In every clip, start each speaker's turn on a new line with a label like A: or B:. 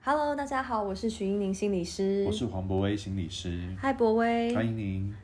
A: Hello，大家好，我是许英宁心理师，
B: 我是黄博威心理师，
A: 嗨博威，
B: 欢迎您。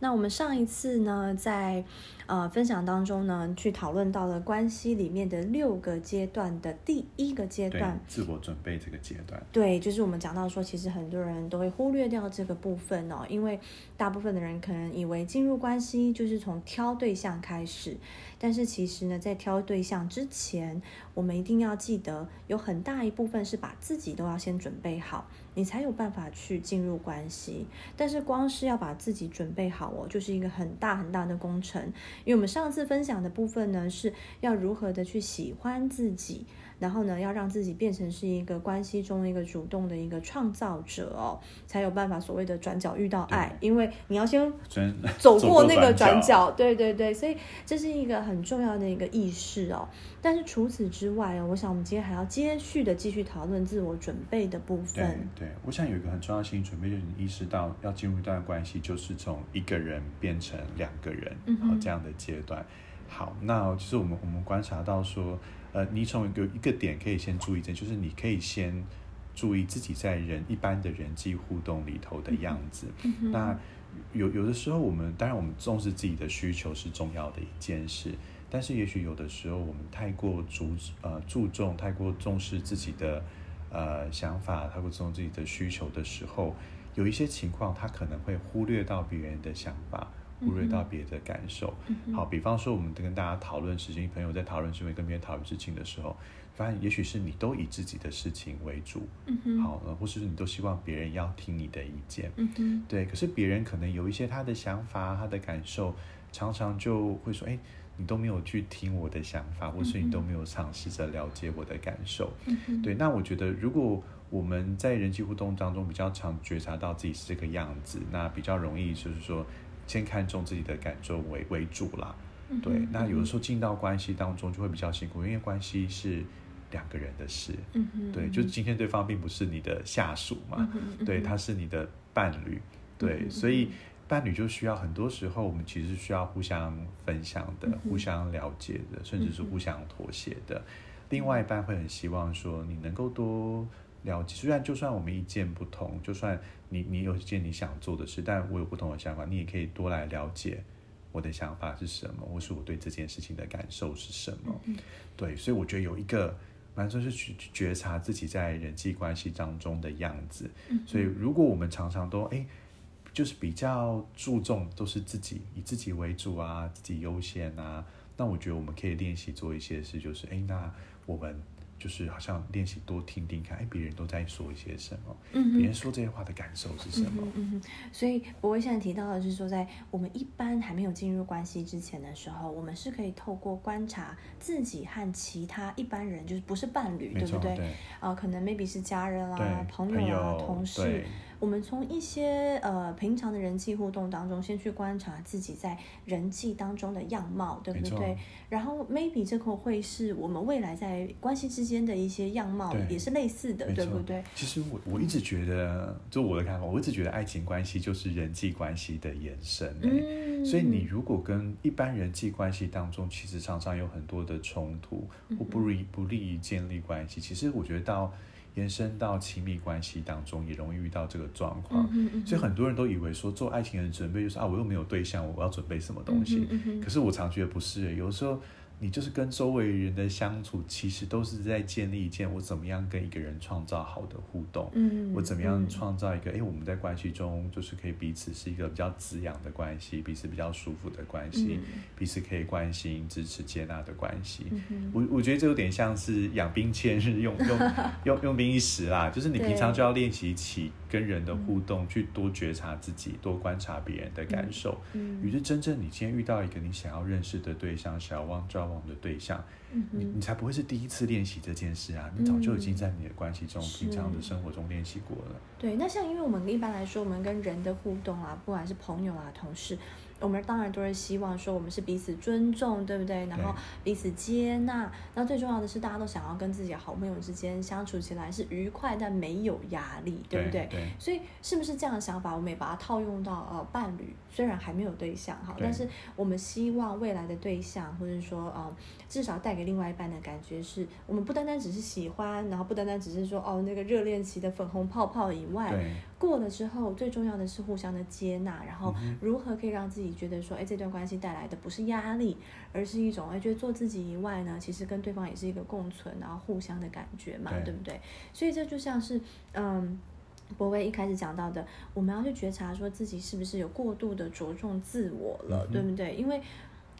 A: 那我们上一次呢，在呃分享当中呢，去讨论到了关系里面的六个阶段的第一个阶
B: 对
A: 段，，
B: 自我准备这个阶段，
A: 对，就是我们讲到说，其实很多人都会忽略掉这个部分哦，因为大部分的人可能以为进入关系就是从挑对象开始，但是其实呢，在挑对象之前，我们一定要记得，有很大一部分是把自己都要先准备好，你才有办法去进入关系。但是光是要把自己准备好哦，就是一个很大很大的工程。因为我们上次分享的部分呢，是要如何的去喜欢自己，然后呢，要让自己变成是一个关系中一个主动的一个创造者哦，才有办法所谓的转角遇到爱，因为你要先
B: 真
A: 走过那个
B: 转
A: 转，角，对对对，所以这是一个很重要的一个意识哦。但是除此之外哦，我想我们今天还要接续的继续讨论自我准备的部
B: 对
A: 分。
B: 对，我想有一个很重要的心理准备，就是你意识到要进入一段关系，就是从一个人变成两个人，
A: 嗯哼
B: 好这样的阶段。好，那就是我们我们观察到说，呃，你从有一个点可以先注意这，就是你可以先注意自己在人一般的人际互动里头的样子。
A: 嗯
B: 那有有的时候，我们当然我们重视自己的需求是重要的一件事，但是也许有的时候我们太过注呃注重、太过重视自己的呃想法、太过注重自己的需求的时候，有一些情况他可能会忽略到别人的想法，忽略
A: 嗯
B: 到别的感受。好，比方说我们跟大家讨论事情，朋友在讨论事情，跟别人讨论事情的时候，发现也许是你都以自己的事情为主，
A: 嗯哼，
B: 好，呃或是你都希望别人要听你的意见。
A: 嗯哼，
B: 对，可是别人可能有一些他的想法、他的感受，常常就会说：“哎，你都没有去听我的想法，或是你
A: 嗯
B: 都没有尝试着了解我的感受。对，那我觉得如果我们在人际互动当中比较常觉察到自己是这个样子，那比较容易就是说，先看重自己的感受为为主啦。
A: 嗯
B: 对，那有的时候进到关系当中就会比较辛苦，因为关系是两个人的事。
A: 嗯哼，
B: 对，就是今天对方并不是你的下属
A: 嗯
B: 嘛，对，他是你的伴侣，对，所以伴侣就需要很多时候我们其实需要互相分享的、互相了解的，甚至是互相妥协的。另外一半会很希望说你能够多了解，虽然就算我们意见不同，就算你你有一件你想做的事，但我有不同的想法，你也可以多来了解。我的想法是什么，或是我对这件事情的感受是什
A: 嗯
B: 么？对，所以我觉得有一个蛮重要是去去觉察自己在人际关系当中的样子。
A: 嗯
B: 所以如果我们常常都哎，就是比较注重都是自己以自己为主啊，自己优先啊，那我觉得我们可以练习做一些事，就是哎，那我们。就是好像练习多听听看，哎，别人都在说一些什么，
A: 嗯
B: 别人说这些话的感受是什么？
A: 嗯哼，所以博威现在提到的是说，在我们一般还没有进入关系之前的时候，我们是可以透过观察自己和其他一般人，就是不是伴侣，
B: 没
A: 对不
B: 错，
A: 对？
B: 对
A: 啊、可能 maybe 是家人啦
B: 对、，
A: 朋友啦、同事
B: 对，
A: 我们从一些呃平常的人际互动当中，先去观察自己在人际当中的样貌，对
B: 没
A: 不
B: 错
A: 对？然后 maybe 这个会是我们未来在关系之间的一些样貌，
B: 对
A: 也是类似的，
B: 没
A: 对
B: 错
A: 不对？
B: 其实我我一直觉得，就我的看法，我一直觉得爱情关系就是人际关系的延伸、欸。
A: 嗯，
B: 所以你如果跟一般人际关系当中，其实常常有很多的冲突
A: 嗯
B: 或不利不利于建立关系，其实我觉得到延伸到亲密关系当中，也容易遇到这个状况。
A: 嗯嗯
B: 所以很多人都以为说做爱情的准备就是啊，我又没有对象，我要准备什么东西？
A: 嗯哼嗯哼
B: 可是我常觉得不是、欸有时候你就是跟周围人的相处，其实都是在建立一件我怎么样跟一个人创造好的互动，
A: 嗯
B: 我怎么样创造一个哎、诶我们在关系中就是可以彼此是一个比较滋养的关系，彼此比较舒服的关
A: 嗯
B: 系，彼此可以关心、支持、接纳的关系。
A: 嗯
B: 我我觉得这有点像是养兵千日，用用 用用兵一时啦，就是你
A: 对嗯
B: 平常就要练习起跟人的互动，去多觉察自己，多观察别人的感受。
A: 嗯
B: 于是，真正你今天遇到一个你想要认识的对象，想要往交往的对象，
A: 嗯
B: 你你才不会是第一次练习这件事啊！你早就已经在你的关系中、
A: 是
B: 平常的生活中练习过了。
A: 对，那像因为我们一般来说，我们跟人的互动啊，不管是朋友啊、同事，我们当然都是希望说我们是彼此尊重，对不对？然后彼此接纳，那最重要的是大家都想要跟自己的好朋友之间相处起来是愉快但没有压力，对不对？
B: 对
A: 所以是不是这样的想法，我们也把它套用到呃伴侣，虽然还没有对象哈，
B: 对
A: 但是我们希望未来的对象，或者说呃至少带给另外一半的感觉是，我们不单单只是喜欢，然后不单单只是说哦那个热恋期的粉红泡泡以外，
B: 对
A: 过了之后，最重要的是互相的接纳，然后
B: 嗯
A: 如何可以让自己觉得说，哎，这段关系带来的不是压力，而是一种哎，觉得做自己以外呢，其实跟对方也是一个共存，然后互相的感觉嘛，
B: 对
A: 对不对？所以这就像是，嗯。博威一开始讲到的，我们要去觉察，说自己是不是有过度的着重自我了，
B: 嗯哼
A: 对不对？因为，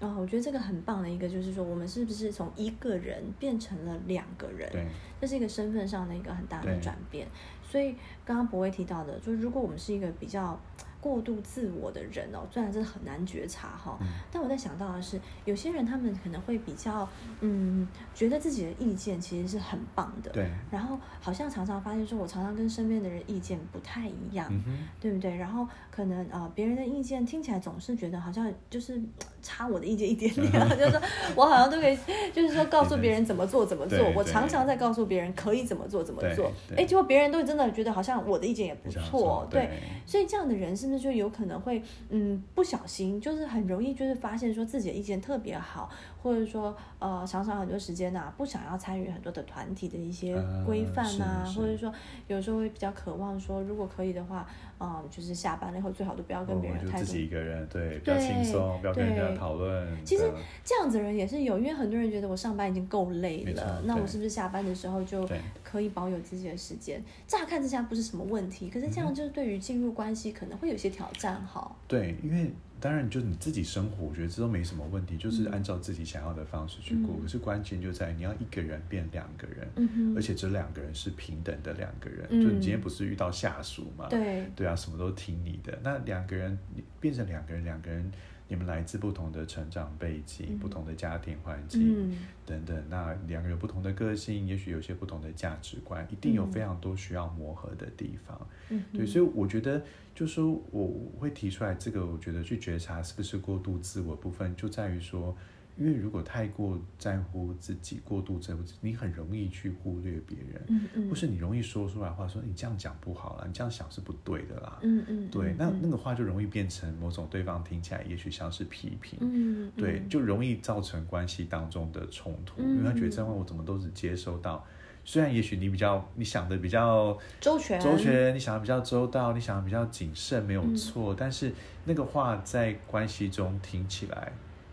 A: 哦，我觉得这个很棒的一个就是说，我们是不是从一个人变成了两个人？
B: 对
A: 这是一个身份上的一个很大的
B: 对
A: 转变。所以刚刚博威提到的，就是如果我们是一个比较过度自我的人哦，虽然这很难觉察哈、
B: 嗯
A: 但我在想到的是，有些人他们可能会比较嗯，觉得自己的意见其实是很棒的，
B: 对，
A: 然后好像常常发现说，我常常跟身边的人意见不太一样，
B: 嗯哼，
A: 对不对？然后可能呃，别人的意见听起来总是觉得好像就是呃差我的意见一点点， 就是说我好像都可以，就是说告诉别人怎么做怎么做
B: 对。
A: 我
B: 对
A: 常常在告诉别人可以怎么做怎么做，
B: 对
A: 哎，结果别人都真的觉得好像我的意见也不
B: 这样哦
A: 错
B: 做，
A: 对。所以这样的人是不是就有可能会，嗯，不小心就是很容易就是发现说自己的意见特别好，或者说呃，常常很多时间呐、啊不想要参与很多的团体的一些
B: 啊
A: 规范
B: 是
A: 呐、
B: 是
A: 或者说有时候会比较渴望说，如果可以的话，嗯、就是下班了以后最好都不要跟别
B: 我
A: 人
B: 哦就
A: 太
B: 自
A: 多。
B: 己一个人，对，比较轻松，不要跟人家讨论。
A: 其实
B: 对
A: 这样子的人也是有，因为很多人觉得我上班已经够累
B: 没错
A: 了，那我
B: 对
A: 是不是下班的时候就
B: 对
A: 可以保有自己的时间？乍看之下不是什么问题，可是
B: 嗯
A: 这样就是对于进入关系可能会有一些挑战哈。
B: 对，因为当然就你自己生活，我觉得这都没什么问题，就是
A: 嗯
B: 按照自己想要的方式去过。
A: 嗯
B: 可是关键就在于你要一个人变两个人，
A: 嗯哼，
B: 而且这两个人是平等的两个人。
A: 嗯
B: 就你今天不是遇到下属嘛？
A: 对，
B: 对啊，什么都听你的。那两个人你变成两个人，两个人你们来自不同的成长背景、
A: 嗯
B: 不同的家庭环境、
A: 嗯，
B: 等等。那两个人有不同的个性，也许有些不同的价值观，一定有
A: 嗯
B: 非常多需要磨合的地方。
A: 嗯
B: 对，所以我觉得就是说我会提出来这个，我觉得去觉察是不是过度自我部分，就在于说，因为如果太过在乎自己，过度在乎自己，你很容易去忽略别人，
A: 嗯嗯，
B: 或是你容易说出来话，说你这样讲不好啦，你这样想是不对的啦。
A: 嗯嗯，
B: 对
A: 嗯，
B: 那那个话就容易变成某种对方听起来也许像是批评，
A: 嗯，嗯
B: 对，
A: 嗯
B: 就容易造成关系当中的冲突，因为他觉
A: 嗯
B: 得这样我怎么都只接收到，虽然也许你比较你想的比较
A: 周全，
B: 周，全，你想的比较周到，你想的比较谨慎，没有
A: 嗯
B: 错。但是那个话在关系中听起来，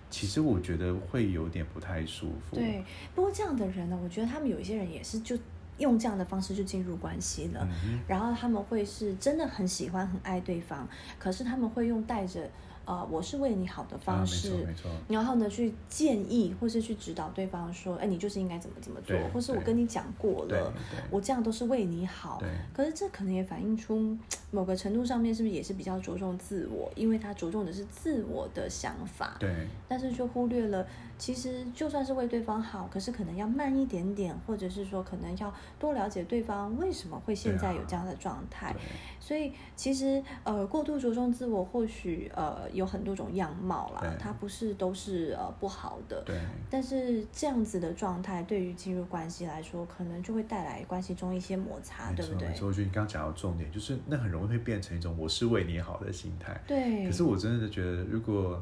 B: 其实我觉得会有点不太舒服。
A: 对。不过这样的人呢，我觉得他们有一些人也是就用这样的方式就进入关系了，
B: 嗯哼，
A: 然后他们会是真的很喜欢、很爱对方，可是他们会用带着呃我是为你好的
B: 啊，
A: 方
B: 没
A: 式，
B: 错没错，
A: 然后呢，去建议或是去指导对方说，哎，你就是应该怎么怎么做
B: 对，
A: 或是我
B: 对
A: 跟你讲过
B: 对
A: 了，
B: 对
A: 我这样都是为你好
B: 对。
A: 可是这可能也反映出某个程度上面，是不是也是比较着重自我？因为他着重的是自我的想法，
B: 对
A: 但是就忽略了，其实就算是为对方好，可是可能要慢一点点，或者是说可能要多了解对方为什么会现
B: 对啊
A: 在有这样的状态。
B: 对
A: 所以其实呃，过度着重自我，或许呃有很多种样貌
B: 对
A: 啦，它不是都是呃不好的。
B: 对
A: 但是这样子的状态，对于进入关系来说，可能就会带来关系中一些摩擦，
B: 没
A: 啊对不
B: 错
A: 对
B: 没？错。我觉得你刚刚讲到重点，就是那很容易会变成一种我是为你好的心态。
A: 对，
B: 可是我真的觉得，如果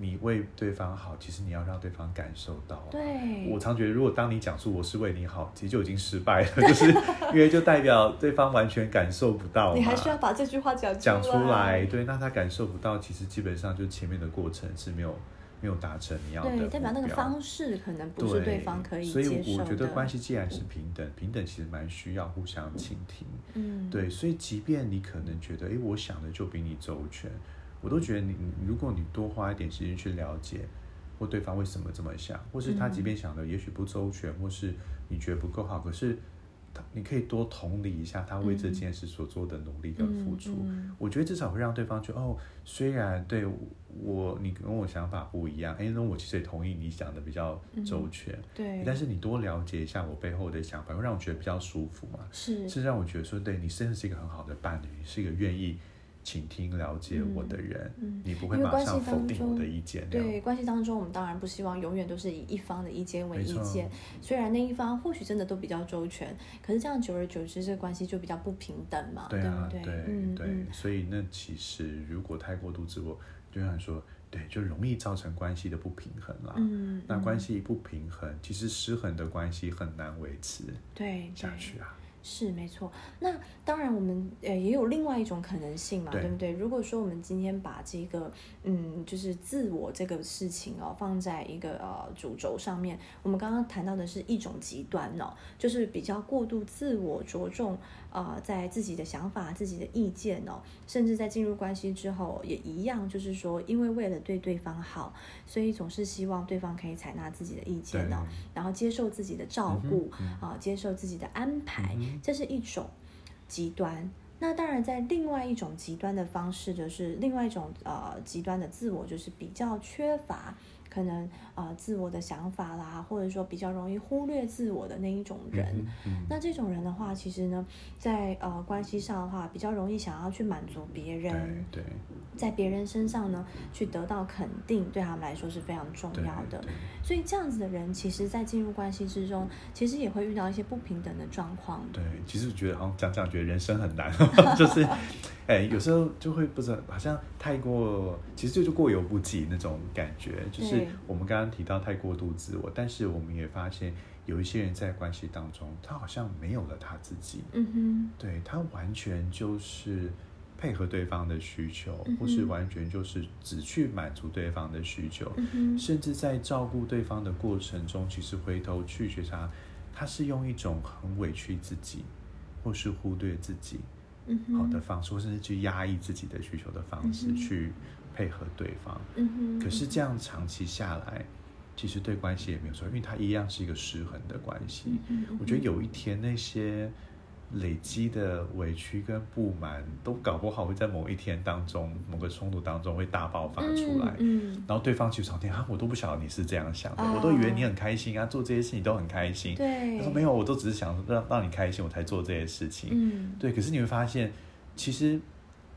B: 你为对方好，其实你要让对方感受到、啊。
A: 对，
B: 我常觉得，如果当你讲出我是为你好，其实就已经失败了， 就是因为就代表对方完全感受不到嘛。
A: 你还需要啊把这句话讲出
B: 讲出来，。对，那他感受不到，其实基本上就前面的过程是没有没有达成你要的目
A: 对，
B: 标。
A: 代表那个方式可能不是对方可接受的。
B: 所以我觉得关系既然是平等，平等其实蛮需要互相倾听。
A: 嗯，
B: 对，所以即便你可能觉得，诶，我想的就比你周全，我都觉得你，你如果你多花一点时间去了解，或对方为什么这么想，或是他即
A: 嗯
B: 便想的也许不周全，或是你觉得不够好，可是他你可以多同理一下他为这件事所做的努力跟付出。
A: 嗯
B: 我觉得至少会让对方觉得，哦，虽然对我你跟我想法不一样，诶，那我其实也同意你想的比较周全，
A: 嗯对，
B: 但是你多了解一下我背后的想法，会让我觉得比较舒服嘛。
A: 是
B: 是让我觉得说，对你真的是一个很好的伴侣，是一个愿意倾听了解我的人，
A: 嗯
B: 你不会
A: 因为
B: 马
A: 关系
B: 上否
A: 当
B: 定我的
A: 中
B: 意见。这样
A: 对关系当中，我们当然不希望永远都是以一方的意见为
B: 没
A: 意
B: 错
A: 见，虽然那一方或许真的都比较周全，可是这样久而久之，这个关系就比较不平等嘛，
B: 对啊，
A: 不
B: 对
A: 嗯嗯，
B: 所以那其实如果太过度自我，就像你说，对，就容易造成关系的不平衡啦。
A: 嗯
B: 那
A: 嗯
B: 关系一不平衡，其实失衡的关系很难维持
A: 对
B: 下
A: 对
B: 去啊。
A: 是没错，那当然我们呃也有另外一种可能性嘛，
B: 对
A: 不对？如果说我们今天把这个嗯，就是自我这个事情哦，放在一个呃主轴上面，我们刚刚谈到的是一种极端哦，就是比较过度自我着重呃，在自己的想法、自己的意见哦，甚至在进入关系之后也一样，就是说，因为为了对对方好，所以总是希望对方可以采纳自己的意见哦，然后接受自己的照
B: 嗯哼
A: 顾
B: 嗯
A: 啊、接受自己的安排，
B: 嗯哼
A: 这是一种极端。那当然，在另外一种极端的方式，就是另外一种呃极端的自我，就是比较缺乏可能呃自我的想法啦，或者说比较容易忽略自我的那一种人。
B: 嗯嗯
A: 那这种人的话，其实呢，在呃关系上的话，比较容易想要去满足别人，
B: 对对
A: 在别人身上呢去得到肯定，对他们来说是非常重
B: 对
A: 要的。
B: 对
A: 所以这样子的人，其实在进入关系之中，其实也会遇到一些不平等的状况。
B: 对，其实我觉得好像讲讲，觉得人生很难， 就是，哎、有时候就会不知道，好像太过，其实就是过犹不及那种感觉。就是
A: 对
B: 我们刚刚提到太过度自我，但是我们也发现有一些人在关系当中，他好像没有了他自己，
A: 嗯
B: 对他完全就是配合对方的需求，
A: 嗯哼
B: 或是完全就是只去满足对方的需求
A: 哼，，嗯哼，
B: 甚至在照顾对方的过程中，其实回头去觉察，他是用一种很委屈自己，或是忽略自己
A: 嗯哼，
B: 好的，方式，或甚至去压抑自己的需求的方式
A: 嗯哼
B: 去配合对方。
A: 嗯哼，
B: 可是这样长期下来，其实对关系也没有错，因为它一样是一个失衡的关系。
A: 嗯哼，嗯哼
B: 我觉得有一天那些累积的委屈跟不满，都搞不好会在某一天当中、某个冲突当中会大爆发出来。
A: 嗯，
B: 然后对方其实常听啊，我都不晓得你是这样想的，
A: 啊
B: 我都以为你很开心啊，做这些事情都很开心
A: 嗯。对，
B: 他说没有，我都只是想让让你开心，我才做这些事情。
A: 嗯，
B: 对，可是你会发现，其实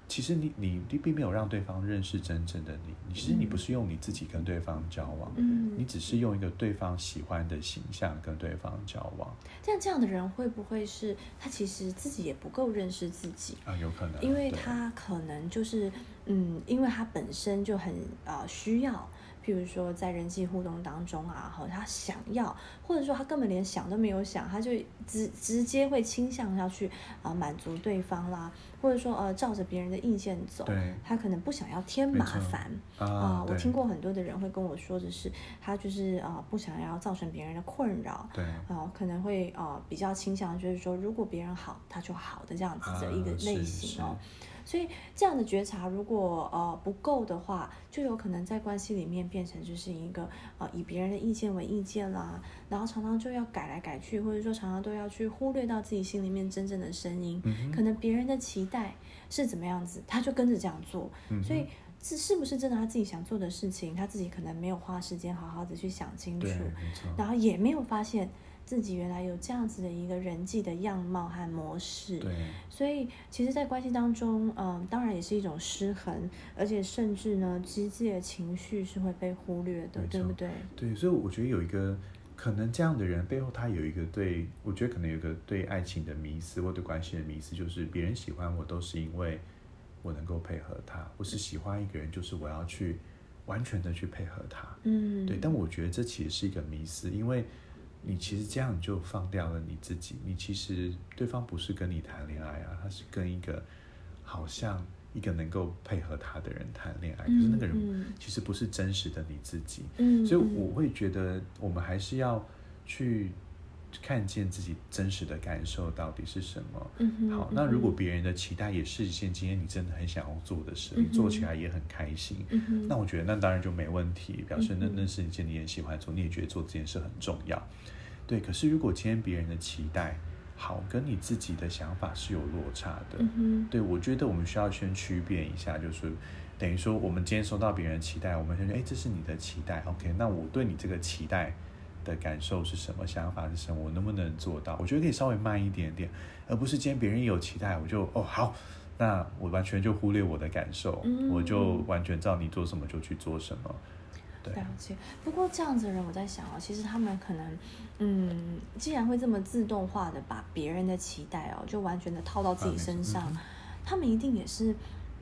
B: 其实你你你并没有让对方认识真正的你，你其实你
A: 嗯
B: 不是用你自己跟对方交往，
A: 嗯，
B: 你只是用一个对方喜欢的形象跟对方交往
A: 这样这样的人会不会是他其实自己也不够认识自己？
B: 啊，有可能
A: 因为
B: 对
A: 他可能就是，嗯，因为他本身就很呃需要，譬如说在人际互动当中啊，和他想要，或者说他根本连想都没有想，他就直直接会倾向要去啊、呃满足对方啦，或者说呃照着别人的意见走，
B: 对
A: 他可能不想要添
B: 没
A: 麻
B: 错
A: 烦。呃
B: 啊，
A: 我
B: 对
A: 听过很多的人会跟我说的是，他就是啊、呃不想要造成别人的困扰，
B: 对
A: 然后可能会呃比较倾向就是说，如果别人好，他就好的这样子的一个
B: 啊是
A: 类型哦。所以这样的觉察如果呃不够的话，就有可能在关系里面变成就是一个呃以别人的意见为意见啦，然后常常就要改来改去，或者说常常都要去忽略到自己心里面真正的声音，
B: 嗯哼
A: 可能别人的期待是怎么样子，他就跟着这样做，
B: 嗯
A: 所以。是是不是真的他自己想做的事情，他自己可能没有花时间好好的去想清楚
B: 对，，没错。
A: 然后也没有发现自己原来有这样子的一个人际的样貌和模式。
B: 对，
A: 所以，其实，在关系当中，嗯、当然也是一种失衡，而且甚至呢，其实自己的情绪是会被忽略的，
B: 没
A: 对不
B: 错
A: 对？
B: 对，所以我觉得有一个可能这样的人背后，他有一个对我觉得可能有一个对爱情的迷思或对关系的迷思，就是别人喜欢我都是因为我能够配合他，或是喜欢一个人就是我要去完全的去配合他。
A: 嗯，
B: 对，但我觉得这其实是一个迷思，因为你其实这样就放掉了你自己，你其实对方不是跟你谈恋爱啊，他是跟一个好像一个能够配合他的人谈恋爱，可是那个人
A: 嗯
B: 其实不是真实的你自己。
A: 嗯，
B: 所以
A: 嗯
B: 我会觉得，我们还是要去看见自己真实的感受到底是什么。
A: 嗯哼
B: 好，
A: 嗯
B: 那如果
A: 哼
B: 别人的期待也是一件今天你真的很想要做的事，
A: 嗯
B: 你做起
A: 哼
B: 来也很开心，
A: 嗯哼
B: 那我觉得那当然就没问题，表示那
A: 嗯哼
B: 那是一件你很喜欢做，你也觉得做这件事很重要。对，可是如果今天别人的期待好跟你自己的想法是有落差的，
A: 嗯哼
B: 对，我觉得我们需要先区别一下，就是等于说我们今天收到别人的期待，我们先说，哎，这是你的期待，OK，那我对你这个期待的感受是什么，想法是什么，我能不能做到？我觉得可以稍微慢一点点，而不是今天别人有期待，我就哦好，那我完全就忽略我的感受，
A: 嗯
B: 我就完全照你做什么就去做什么。对
A: 了解。不过这样子的人，我在想哦，其实他们可能，嗯，既然会这么自动化的把别人的期待哦，就完全的套到自己
B: 啊没错
A: 身上，
B: 嗯
A: 他们一定也是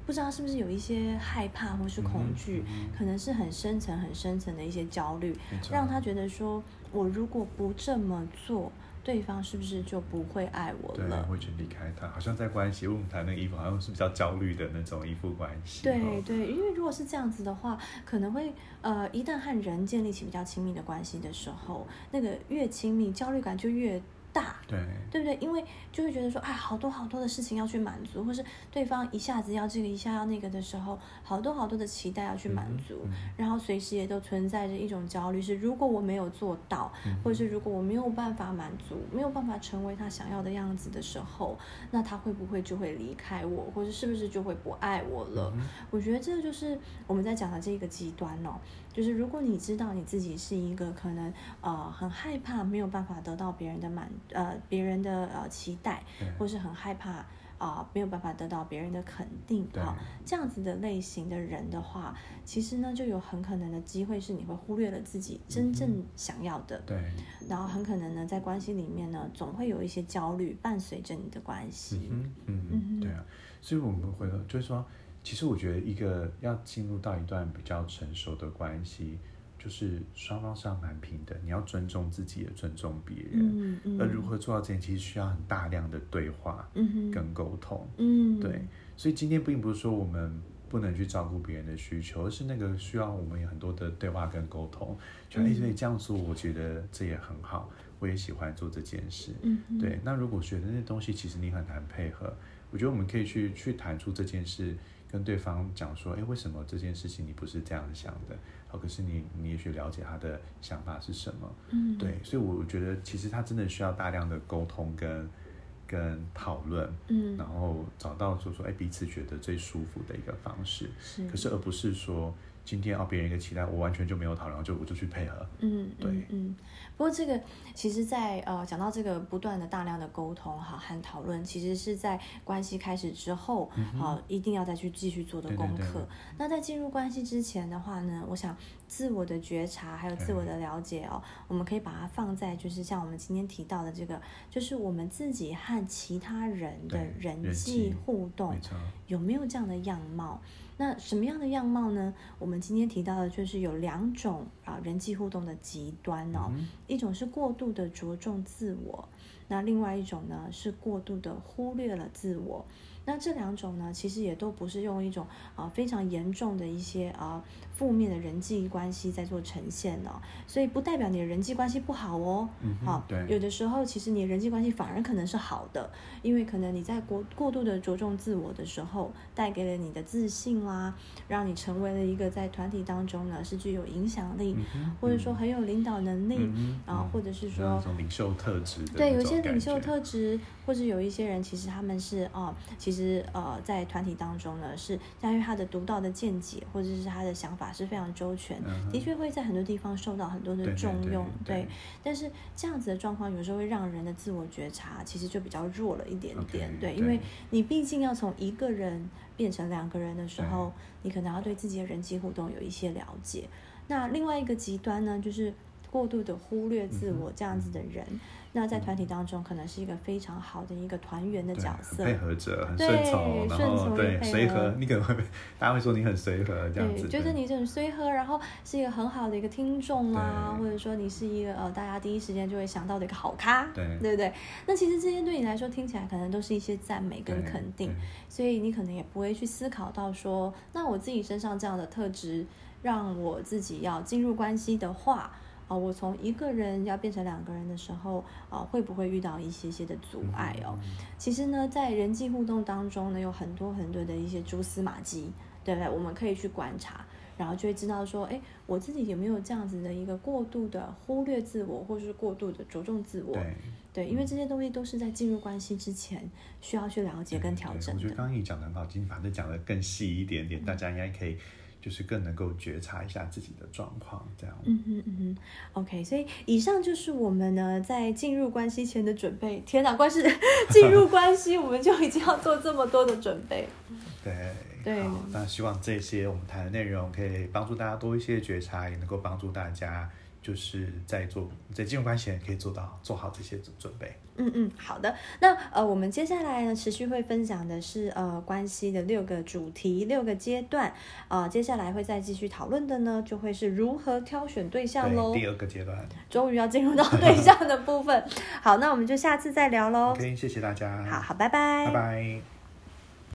A: 不知道是不是有一些害怕或是恐惧，
B: 嗯哼嗯哼
A: 可能是很深层、很深层的一些焦虑，
B: 没错
A: 让他觉得说，我如果不这么做，对方是不是就不会爱我
B: 对，啊
A: 了？
B: 会去离开他，好像在关系，因为我们谈那个衣服，好像是比较焦虑的那种依附关系。
A: 对
B: 哦
A: 对，因为如果是这样子的话，可能会呃，一旦和人建立起比较亲密的关系的时候，那个越亲密，焦虑感就越大，
B: 对
A: 对不对？因为就会觉得说，哎，好多好多的事情要去满足，或是对方一下子要这个，一下要那个的时候，好多好多的期待要去满足，
B: 嗯
A: 然后随时也都存在着一种焦虑，是如果我没有做到，
B: 嗯
A: 或者是如果我没有办法满足，没有办法成为他想要的样子的时候，那他会不会就会离开我，或者是不是就会不爱我
B: 嗯
A: 了？我觉得这就是我们在讲的这个极端哦，就是如果你知道你自己是一个可能呃很害怕没有办法得到别人的满呃别人的呃期待，或是很害怕。啊、没有办法得到别人的肯定
B: 对
A: 啊、这样子的类型的人的话，其实呢就有很可能的机会是你会忽略了自己
B: 嗯
A: 真正想要的，
B: 对，
A: 然后很可能呢在关系里面呢总会有一些焦虑伴随着你的关系。
B: 嗯嗯
A: 嗯
B: 嗯，对啊，所以我们回头就是说，其实我觉得一个要进入到一段比较成熟的关系，就是双方是要蛮平等，你要尊重自己，也尊重别人。
A: 嗯嗯，
B: 而如何做到这点，其实需要很大量的对话
A: 嗯哼
B: 跟沟通。
A: 嗯
B: 对，所以今天并不是说我们不能去照顾别人的需求，而是那个需要我们有很多的对话跟沟通。就哎、
A: 嗯
B: 所以这样做，我觉得这也很好，我也喜欢做这件事。
A: 嗯哼
B: 对，那如果觉得那些东西其实你很难配合，我觉得我们可以去去谈出这件事，跟对方讲说，哎，为什么这件事情你不是这样想的？好，可是你你也许了解他的想法是什么。
A: 嗯
B: 对，所以我觉得其实他真的需要大量的沟通跟跟讨论，
A: 嗯
B: 然后找到就说，哎，彼此觉得最舒服的一个方式。
A: 是
B: 可是而不是说今天哦，别人一个期待，我完全就没有讨论，然后就我就去配合。
A: 嗯，
B: 对
A: 嗯嗯。不过这个其实在，呃讲到这个不断的大量的沟通哈和讨论，其实是在关系开始之后，好、一定要再去继续做的
B: 对对
A: 功课。
B: 嗯对
A: 那在进入关系之前的话呢，我想自我的觉察还有自我的了解哦，我们可以把它放在就是像我们今天提到的这个，就是我们自己和其他人的
B: 对
A: 人
B: 人
A: 际
B: 际
A: 互动
B: 没。错，
A: 有没有这样的样貌？那什么样的样貌呢？我们今天提到的就是有两种啊人际互动的极端哦，一种是过度的着重自我，那另外一种呢是过度的忽略了自我。那这两种呢，其实也都不是用一种啊、非常严重的一些啊、负面的人际关系在做呈现哦，所以不代表你的人际关系不好哦。
B: 嗯哼
A: 好、
B: 对
A: 有的时候其实你的人际关系反而可能是好的，因为可能你在过过度的着重自我的时候，带给了你的自信啦，让你成为了一个在团体当中呢是具有影响力，
B: 嗯哼
A: 或者说很有领导能力、
B: 嗯哼
A: 啊
B: 嗯，
A: 或者是
B: 就
A: 说
B: 像一种领袖特质的
A: 对，
B: 那
A: 有一
B: 种
A: 些
B: 感
A: 领袖
B: 觉
A: 特质，或者有一些人，其实他们是啊、呃其实呃，在团体当中呢，是因为他的独到的见解，或者是他的想法是非常周全，
B: 嗯哼
A: 的确会在很多地方受到很多的
B: 对对
A: 重
B: 对
A: 用。
B: 对
A: 但是这样子的状况，有时候会让人的自我觉察其实就比较弱了一点点。
B: OK，
A: 对，
B: 对
A: 因为你毕竟要从一个人变成两个人的时
B: 对
A: 候，你可能要对自己的人际互动有一些了解。那另外一个极端呢，就是过度的忽略
B: 嗯
A: 自我这样子的人，那在团体当中可能是一个非常好的一个团员的
B: 对
A: 角
B: 很
A: 色，
B: 配合者，很
A: 对
B: 顺从，然
A: 顺从
B: 后
A: 又
B: 对
A: 配
B: 随
A: 合
B: 和，你可能会被 大家会说你很随和这样子，
A: 对，觉得
B: 对
A: 你很随和，然后是一个很好的一个听众啦，
B: 对
A: 或者说你是一个呃大家第一时间就会想到的一个好咖，
B: 对
A: 不对？那其实这些对你来说听起来可能都是一些赞美跟
B: 对
A: 肯定
B: 对，
A: 所以你可能也不会去思考到说，那我自己身上这样的特质，让我自己要进入关系的话。啊、我从一个人要变成两个人的时候，啊、会不会遇到一些些的阻碍哦？
B: 嗯
A: 其实呢，在人际互动当中呢，有很多很多的一些蛛丝马迹，对不对？我们可以去观察，然后就会知道说，哎，我自己有没有这样子的一个过度的忽略自我，或是过度的着重自我？
B: 对。
A: 对，因为这些东西都是在进入关系之前需要去了解跟
B: 对
A: 调
B: 嗯对
A: 整
B: 我觉得
A: 的。嗯
B: 刚刚你讲的很好，今天把这讲的更细一点点，大家应该可以就是更能够觉察一下自己的状况，这样。
A: 嗯哼嗯哼，OK，所以以上就是我们呢在进入关系前的准备。天哪，关系 进入关系，我们就已经要做这么多的准备。
B: 对，
A: 对
B: 好，那希望这些我们谈的内容可以帮助大家多一些觉察，也能够帮助大家就是在做在金融关系前可以做到做好这些准准备。
A: 嗯嗯，好的。那呃，我们接下来呢，持续会分享的是呃关系的六个主题、六个阶段。啊、接下来会再继续讨论的呢，就会是如何挑选对象喽
B: 对，。第二个阶段。
A: 终于要进入到对 象的部分。好，那我们就下次再聊喽。
B: OK，谢谢大家，
A: 好好，拜拜
B: 拜拜。